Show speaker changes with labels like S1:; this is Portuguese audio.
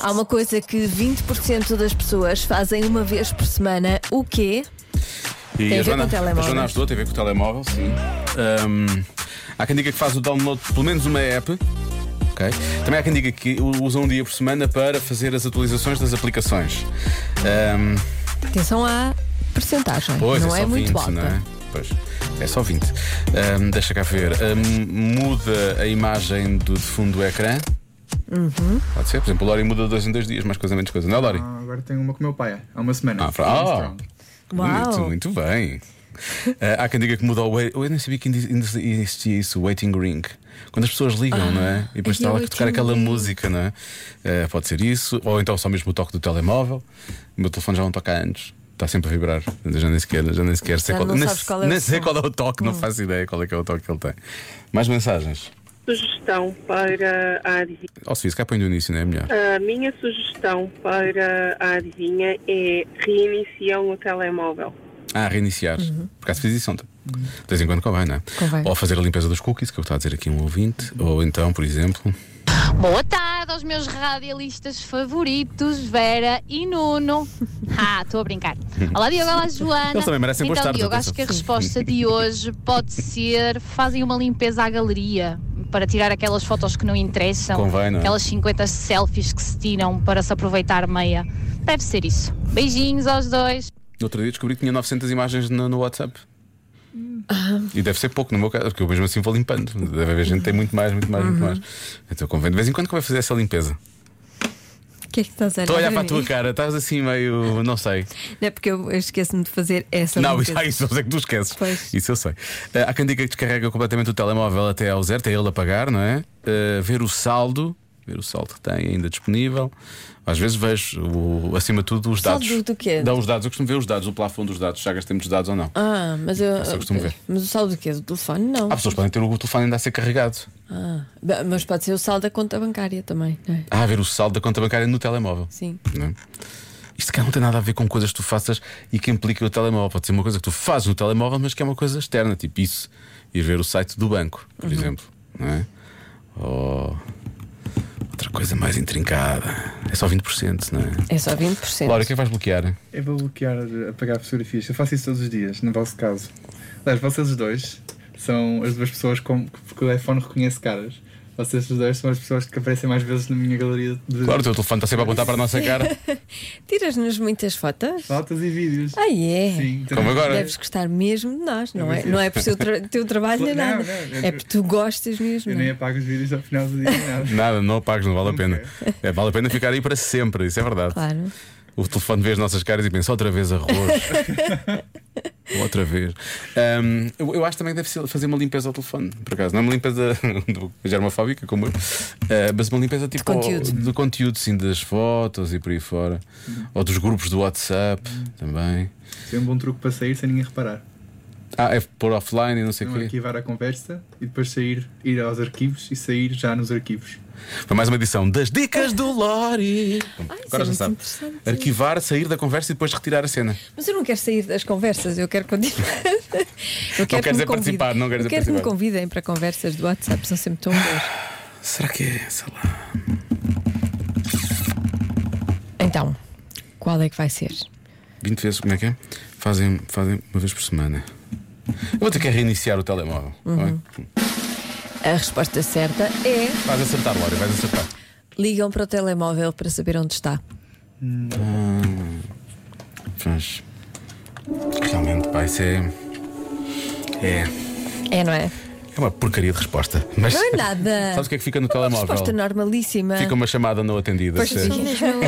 S1: Há uma coisa que 20% das pessoas fazem uma vez por semana, o quê?
S2: E
S1: Tem a ver
S2: Joana,
S1: com o telemóvel.
S2: a Joana ajudou, tem a ver com o telemóvel, sim. Ahm, há quem diga que faz o download de pelo menos uma app. ok? Também há quem diga que o- usa um dia por semana para fazer as atualizações das aplicações. Ahm,
S1: Atenção à percentagem,
S2: pois,
S1: não
S2: é,
S1: é,
S2: só
S1: muito
S2: 20,
S1: alta.
S2: não é? Pois, é só 20. Ahm, deixa cá ver. Ahm, muda a imagem do de fundo do ecrã.
S1: Uhum.
S2: Pode ser, por exemplo, o Lori muda de dois em dois dias, mais coisa, menos coisa. Não é, Lori?
S3: Ah, agora tenho uma com o meu pai, há uma semana.
S2: Ah, fra-
S3: Armstrong.
S2: oh,
S1: Uau.
S2: muito, muito bem. Ah, há quem diga que muda o wait. Eu nem sabia que ainda existia isso, o waiting ring. Quando as pessoas ligam, não é? E depois
S1: ai,
S2: está lá
S1: o
S2: a tocar
S1: waiting
S2: aquela
S1: ring.
S2: música, não é? Ah, pode ser isso, ou então só mesmo o toque do telemóvel. O meu telefone já não toca antes. Está sempre a vibrar. Eu Já nem sequer, já nem sequer sei
S1: Já
S2: qual,
S1: não
S2: nem,
S1: sabes qual é o
S2: nem sei
S1: som. Hum.
S2: qual é o toque, não faço ideia qual é que é o toque que ele tem. Mais mensagens.
S4: Sugestão para a adivinha.
S2: Ó, se fiz cá põe do início, não é melhor?
S4: A minha sugestão para a adivinha é reiniciar no telemóvel.
S2: Ah, reiniciar. Por acaso fiz isso ontem. De vez em quando convém, não é?
S1: Uhum. Convém.
S2: Ou fazer a limpeza dos cookies, que eu estava a dizer aqui um ouvinte, ou então, por exemplo.
S5: Boa tarde aos meus radialistas favoritos, Vera e Nuno. Ah, estou a brincar. Olá, Diogo, olá, Joana.
S2: Eles também merecem boas
S5: Então,
S2: tardes,
S5: Diogo,
S2: atenção.
S5: acho que a resposta de hoje pode ser: fazem uma limpeza à galeria para tirar aquelas fotos que não interessam,
S2: Convém, não é?
S5: aquelas 50 selfies que se tiram para se aproveitar meia. Deve ser isso. Beijinhos aos dois.
S2: No outro dia descobri que tinha 900 imagens no, no WhatsApp.
S1: Ah.
S2: E deve ser pouco no meu caso, porque eu mesmo assim vou limpando. Deve haver gente que tem muito mais, muito mais,
S1: Uhum.
S2: muito mais. Então convém de vez em quando que vai fazer essa limpeza.
S1: O que é que estás a
S2: Estou a olhar para a
S1: mim?
S2: tua cara, estás assim meio. não sei.
S1: Não é porque eu eu esqueço-me de fazer essa
S2: Não,
S1: limpeza.
S2: já isso eu sei que tu esqueces.
S1: Pois.
S2: Isso eu sei. Eh, há quem diga que descarrega completamente o telemóvel até ao zero, até ele apagar, não é? Eh, ver o saldo, ver o saldo que tem ainda disponível. Às vezes vejo, o- acima de tudo, os
S1: Saldo
S2: dados.
S1: do quê?
S2: Dá os dados, eu costumo ver os dados, o plafond dos dados, já gastei muitos dados ou não.
S1: Ah, mas eu.
S2: Isso eu costumo ver.
S1: Mas o saldo do quê? Do telefone? Não.
S2: Há pessoas que podem ter o telefone ainda a ser carregado.
S1: Ah, bem, mas pode ser o saldo da conta bancária também, não é?
S2: Há a ver o saldo da conta bancária no telemóvel.
S1: Sim.
S2: Não é? Isto cá não tem nada a ver com coisas que tu faças e que implica o telemóvel. Pode ser uma coisa que tu fazes no telemóvel, mas que é uma coisa externa, tipo isso. Ir ver o site do banco, por exemplo. Não é? Ou outra coisa mais intrincada. É só 20%, não é?
S1: É só 20%.
S2: Laura, o que é que vais bloquear?
S3: Eu vou bloquear, eh, apagar fotografias. Eu faço isso todos os dias, no vosso caso. Aliás, vocês os dois são as duas pessoas com, que porque o iPhone reconhece caras. Vocês os dois são as pessoas que aparecem mais vezes na minha galeria de
S2: Claro, o teu telefone está sempre a apontar para a nossa cara.
S1: Tiras-nos muitas fotos?
S3: fotos e vídeos.
S1: Ah, é?
S3: Sim, então-
S2: Como agora.
S1: Deves gostar mesmo de nós, não é?
S3: preciso.
S1: Não é por seu tra- teu trabalho nem
S3: Não,
S1: nada.
S3: não, eu-
S1: É porque tu gostas mesmo.
S3: Eu
S1: não é?
S3: nem apago os vídeos ao final do dia, nem nada.
S2: Nada, não apagues, não vale a pena. É, vale a pena ficar aí para sempre, isso é verdade.
S1: Claro.
S2: O telefone vê as nossas caras e pensa outra vez arroz. outra vez. Ahm, eu, eu acho também que deve ser fazer uma limpeza ao telefone, por acaso. Não é uma limpeza do- germofóbica, como eu, ah, mas uma limpeza tipo ao-
S1: conteúdo. Uhum.
S2: do conteúdo, sim, das fotos e por aí fora. Ou dos grupos do WhatsApp também.
S3: Tem um bom truque para sair sem ninguém reparar.
S2: Ah, é pôr offline e não é sei o
S3: Então,
S2: quê.
S3: arquivar a conversa e depois sair, ir aos arquivos e sair já nos arquivos.
S2: Foi mais uma edição das Dicas do Lori.
S1: isso é muito interessante.
S2: Arquivar, sair da conversa e depois retirar a cena.
S1: Mas eu não quero sair das conversas, eu quero continuar. Eu quero que
S2: queres
S1: me
S2: é participar,
S1: convidem.
S2: não queres
S1: Eu
S2: é
S1: quero que me
S2: participar.
S1: convidem para conversas do WhatsApp, são sempre tão boas.
S2: Será que é, sei lá.
S1: Então, qual é que vai ser?
S2: 20 vezes, como é que é? Fazem, fazem uma vez por semana. Eu vou ter que reiniciar o telemóvel.
S1: Uhum.
S2: tá bem?
S1: A resposta certa é.
S2: Vais acertar, Laura, vais acertar.
S1: Ligam para o telemóvel para saber onde está.
S2: Faz. Realmente, pá, isso é. É.
S1: É, não é?
S2: É uma porcaria de resposta. Mas
S1: Não é nada.
S2: Sabes o que é que fica no
S1: Uma
S2: telemóvel?
S1: Resposta normalíssima.
S2: Fica uma chamada não atendida.
S1: Pois
S2: Se-
S1: sim.